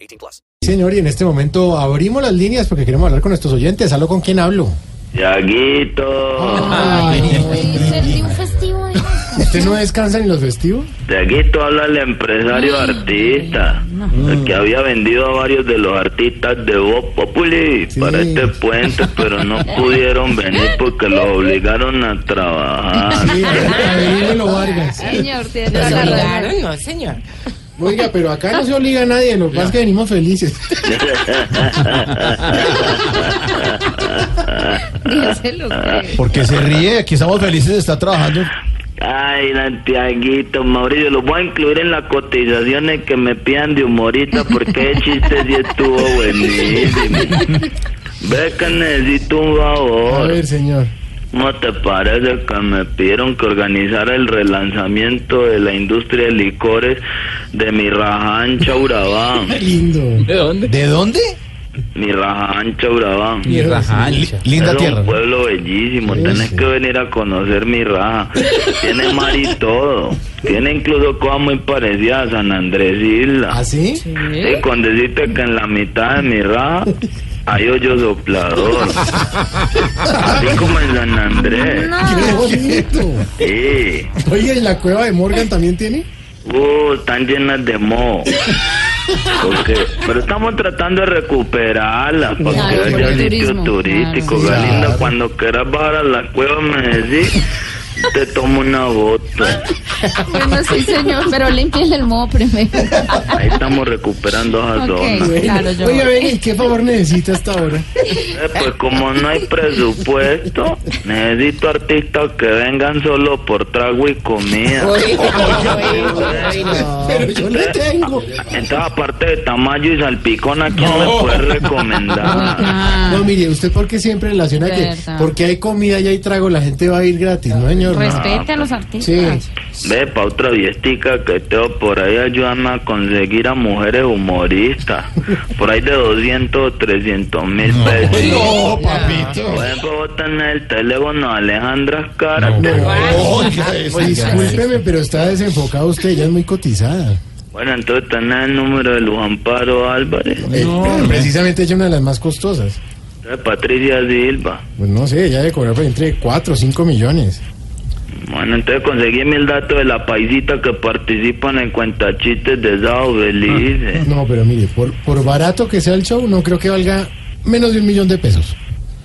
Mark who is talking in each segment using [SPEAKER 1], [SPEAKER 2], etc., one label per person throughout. [SPEAKER 1] 18 plus.
[SPEAKER 2] Señor, y en este momento abrimos las líneas porque queremos hablar con nuestros oyentes. ¿Aló con quién hablo?
[SPEAKER 3] Tiaguito,
[SPEAKER 4] Serví un festivo de
[SPEAKER 2] ¿Usted no descansa ni los festivos?
[SPEAKER 3] Tiaguito habla el empresario artista, el que había vendido a varios de los artistas de Voz Populi para este puente, pero no pudieron venir porque los obligaron a trabajar.
[SPEAKER 2] Sí, Avelino Vargas.
[SPEAKER 4] Señor, tiene la razón.
[SPEAKER 2] no, señor. Oiga, pero acá no se obliga a nadie, lo que pasa es que venimos felices.
[SPEAKER 4] Díselo que-
[SPEAKER 5] ¿Por qué se ríe? Aquí estamos felices de estar trabajando.
[SPEAKER 3] Ay, la Tiaguito, Mauricio, los voy a incluir en las cotizaciones que me pidan de humorita porque el chiste sí estuvo buenísimo. Ve que necesito un
[SPEAKER 2] A
[SPEAKER 3] favor.
[SPEAKER 2] ver, señor.
[SPEAKER 3] ¿Cómo te parece que me pidieron que organizara el relanzamiento de la industria de licores de mi raja ancha Urabá?
[SPEAKER 2] Qué lindo.
[SPEAKER 5] ¿De dónde?
[SPEAKER 3] Mi raja ancha Urabá.
[SPEAKER 5] Li-
[SPEAKER 3] Es
[SPEAKER 5] linda tierra.
[SPEAKER 3] un pueblo bellísimo,
[SPEAKER 2] Sí,
[SPEAKER 3] tenés
[SPEAKER 2] sí.
[SPEAKER 3] que venir a conocer mi raja. Tiene mar y todo. Tiene incluso cosas muy parecidas a San Andrés Isla.
[SPEAKER 2] ¿Ah, sí?
[SPEAKER 3] Y con decirte que en la mitad de mi raja hay hoyo soplador. Así como en San Andrés.
[SPEAKER 2] Qué bonito.
[SPEAKER 3] Sí.
[SPEAKER 2] Oye, ¿y la cueva de Morgan también tiene?
[SPEAKER 3] Uh, están llenas de moho. Porque, pero estamos tratando de recuperarlas porque
[SPEAKER 4] Claro,
[SPEAKER 3] hay
[SPEAKER 2] por el
[SPEAKER 3] sitio
[SPEAKER 4] turismo,
[SPEAKER 3] turístico.
[SPEAKER 2] claro.
[SPEAKER 3] Galinda,
[SPEAKER 2] Claro.
[SPEAKER 3] cuando quieras bajar a la cueva me decís, te tomo una bota.
[SPEAKER 4] Bueno, sí, señor, pero limpienle el moho primero.
[SPEAKER 3] Ahí estamos recuperando esas zonas.
[SPEAKER 4] Ok, claro, yo.
[SPEAKER 2] Oye, ven, ¿y qué favor necesita hasta ahora?
[SPEAKER 3] Eh, pues como no hay presupuesto, necesito artistas que vengan solo por trago y comida.
[SPEAKER 2] Pero yo le tengo.
[SPEAKER 3] Entonces, aparte de Tamayo y Salpicón, ¿a quién me puedes recomendar?
[SPEAKER 2] No, mire, ¿usted por qué siempre relaciona que
[SPEAKER 4] Verdad. Pues,
[SPEAKER 2] porque hay comida y hay trago la gente va a ir gratis, no, señor? No.
[SPEAKER 4] Respete a los
[SPEAKER 2] Sí.
[SPEAKER 4] artistas.
[SPEAKER 3] Ve, pa' otra viestica que tengo por ahí, ayúdame a conseguir a mujeres humoristas. Por ahí de 200 o 300 mil pesos.
[SPEAKER 5] No, papito.
[SPEAKER 3] Por ejemplo, vos tenés el teléfono de Alejandra Cara.
[SPEAKER 5] No, ¿qué es
[SPEAKER 2] Pues
[SPEAKER 5] esto?
[SPEAKER 2] discúlpeme, pero está desenfocado usted, ella es muy cotizada.
[SPEAKER 3] Bueno, entonces tenés el número de Luz Amparo Álvarez.
[SPEAKER 2] Eh, pero precisamente ella es una de las más costosas.
[SPEAKER 3] De Patricia Silva.
[SPEAKER 2] Pues no sé, ella debe cobrar por entre 4 o 5 millones.
[SPEAKER 3] Bueno, entonces conseguíme el dato de la paisita que participan en cuentachistes de Sao
[SPEAKER 5] Ah.
[SPEAKER 3] Felices.
[SPEAKER 2] No, pero mire, por, por barato que sea el show, no creo que valga menos de un millón de pesos.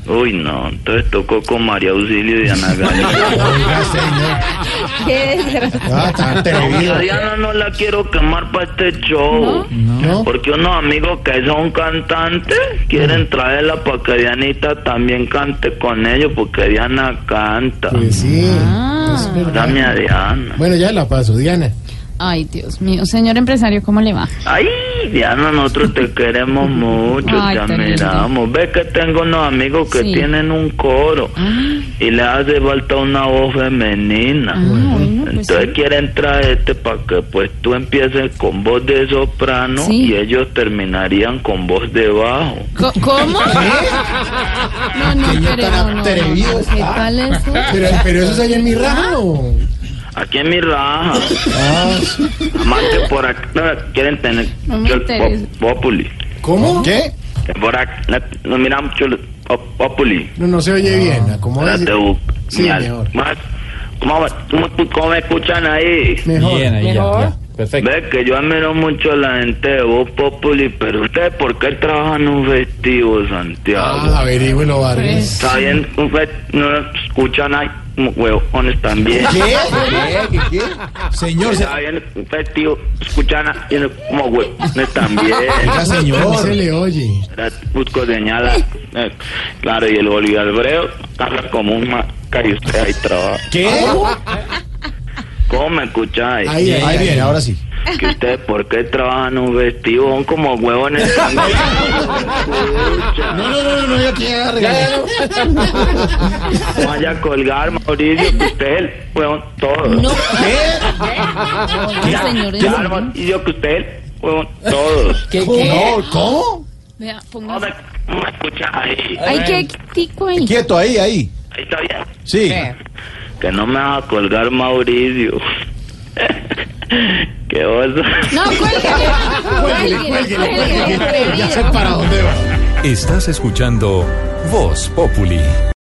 [SPEAKER 3] Uy, no, entonces tocó con María Auxilio y Ana Galia.
[SPEAKER 2] Oiga, señor.
[SPEAKER 4] Qué desgracia.
[SPEAKER 2] Ah, tan atrevido.
[SPEAKER 3] A Diana no la quiero quemar para este show.
[SPEAKER 2] No,
[SPEAKER 3] Porque unos amigos que son cantantes quieren traerla para que Dianita también cante con ellos, porque Diana canta.
[SPEAKER 2] pues sí. es verdad.
[SPEAKER 3] Dame a Diana.
[SPEAKER 2] Bueno, ya la paso, Diana.
[SPEAKER 4] Ay, Dios mío. Señor empresario, ¿cómo le va?
[SPEAKER 3] Ay, Diana, nosotros te queremos mucho,
[SPEAKER 4] Ay,
[SPEAKER 3] te
[SPEAKER 4] tan linda.
[SPEAKER 3] admiramos. Ve que tengo unos amigos que
[SPEAKER 4] Sí. Ah.
[SPEAKER 3] tienen un coro y les hace falta una voz femenina.
[SPEAKER 4] bueno, pues
[SPEAKER 3] Entonces quieren traerte para que pues tú empieces con voz de soprano
[SPEAKER 4] Sí.
[SPEAKER 3] y ellos terminarían con voz de bajo.
[SPEAKER 4] Co- ¿Cómo? No, no, pero no, no, no.
[SPEAKER 2] atrevido
[SPEAKER 4] ¿Qué tal eso?
[SPEAKER 2] Pero, pero eso es allá en mi ramo.
[SPEAKER 3] Aquí en mi raja.
[SPEAKER 5] Ah.
[SPEAKER 3] Amante por acá quieren tener
[SPEAKER 4] No me
[SPEAKER 3] Chol
[SPEAKER 4] interesa.
[SPEAKER 3] Pop- Populi.
[SPEAKER 2] ¿Cómo?
[SPEAKER 5] ¿Qué?
[SPEAKER 3] Que Por acá no miramos Chol Pop- Populi.
[SPEAKER 2] No, no se
[SPEAKER 5] Ah.
[SPEAKER 2] oye bien. Acomódese.
[SPEAKER 3] Espérate, bu-
[SPEAKER 2] Sí,
[SPEAKER 3] mira,
[SPEAKER 2] mejor.
[SPEAKER 3] más- ¿Cómo, va- cómo, cómo me escuchan ahí?
[SPEAKER 2] Mejor.
[SPEAKER 3] Ve que yo admiro mucho a la gente de Voz Populi, pero ustedes, ¿por qué trabajan un festivo, Santiago?
[SPEAKER 2] Ah, averígüelo, Vargas.
[SPEAKER 3] Está bien, un fe- no escuchan ahí, huevones también.
[SPEAKER 5] ¿Qué? ¿Qué? ¿Qué? Señor, se-
[SPEAKER 3] Está bien, un festivo, escuchan ahí como huevones también.
[SPEAKER 5] oiga,
[SPEAKER 2] No se
[SPEAKER 5] señor.
[SPEAKER 2] le oye.
[SPEAKER 3] Era- Busco señala. eh, Claro, y el Bolívar Breo habla como un maca y usted ahí trabaja.
[SPEAKER 5] ¿Qué?
[SPEAKER 3] ¿Cómo me escucháis?
[SPEAKER 2] Ahí, ahí,
[SPEAKER 5] Ahí
[SPEAKER 2] ahí.
[SPEAKER 5] viene, ahora sí.
[SPEAKER 3] Que ustedes, ¿por qué trabajan un vestido? Son como huevones.
[SPEAKER 5] No, no, no, no, no, yo quiero regalar.
[SPEAKER 3] No vaya a colgar, Mauricio, que usted es el huevón todo.
[SPEAKER 4] No,
[SPEAKER 3] Ya,
[SPEAKER 4] señores.
[SPEAKER 3] ya, Mauricio, que usted es el huevón todo.
[SPEAKER 5] ¿Qué? No, ¿cómo?
[SPEAKER 4] Vea,
[SPEAKER 3] No
[SPEAKER 4] póngase.
[SPEAKER 3] me, no me escucháis.
[SPEAKER 4] Ay, eh, qué tico ahí.
[SPEAKER 5] Quieto, ahí, ahí.
[SPEAKER 3] Ahí está bien.
[SPEAKER 5] Sí.
[SPEAKER 3] Que no me vas a colgar, Mauricio. qué oso.
[SPEAKER 4] No, cuélguele. Cuélguele, cuélguele.
[SPEAKER 2] Ya sé para dónde va.
[SPEAKER 6] Estás escuchando Voz Populi.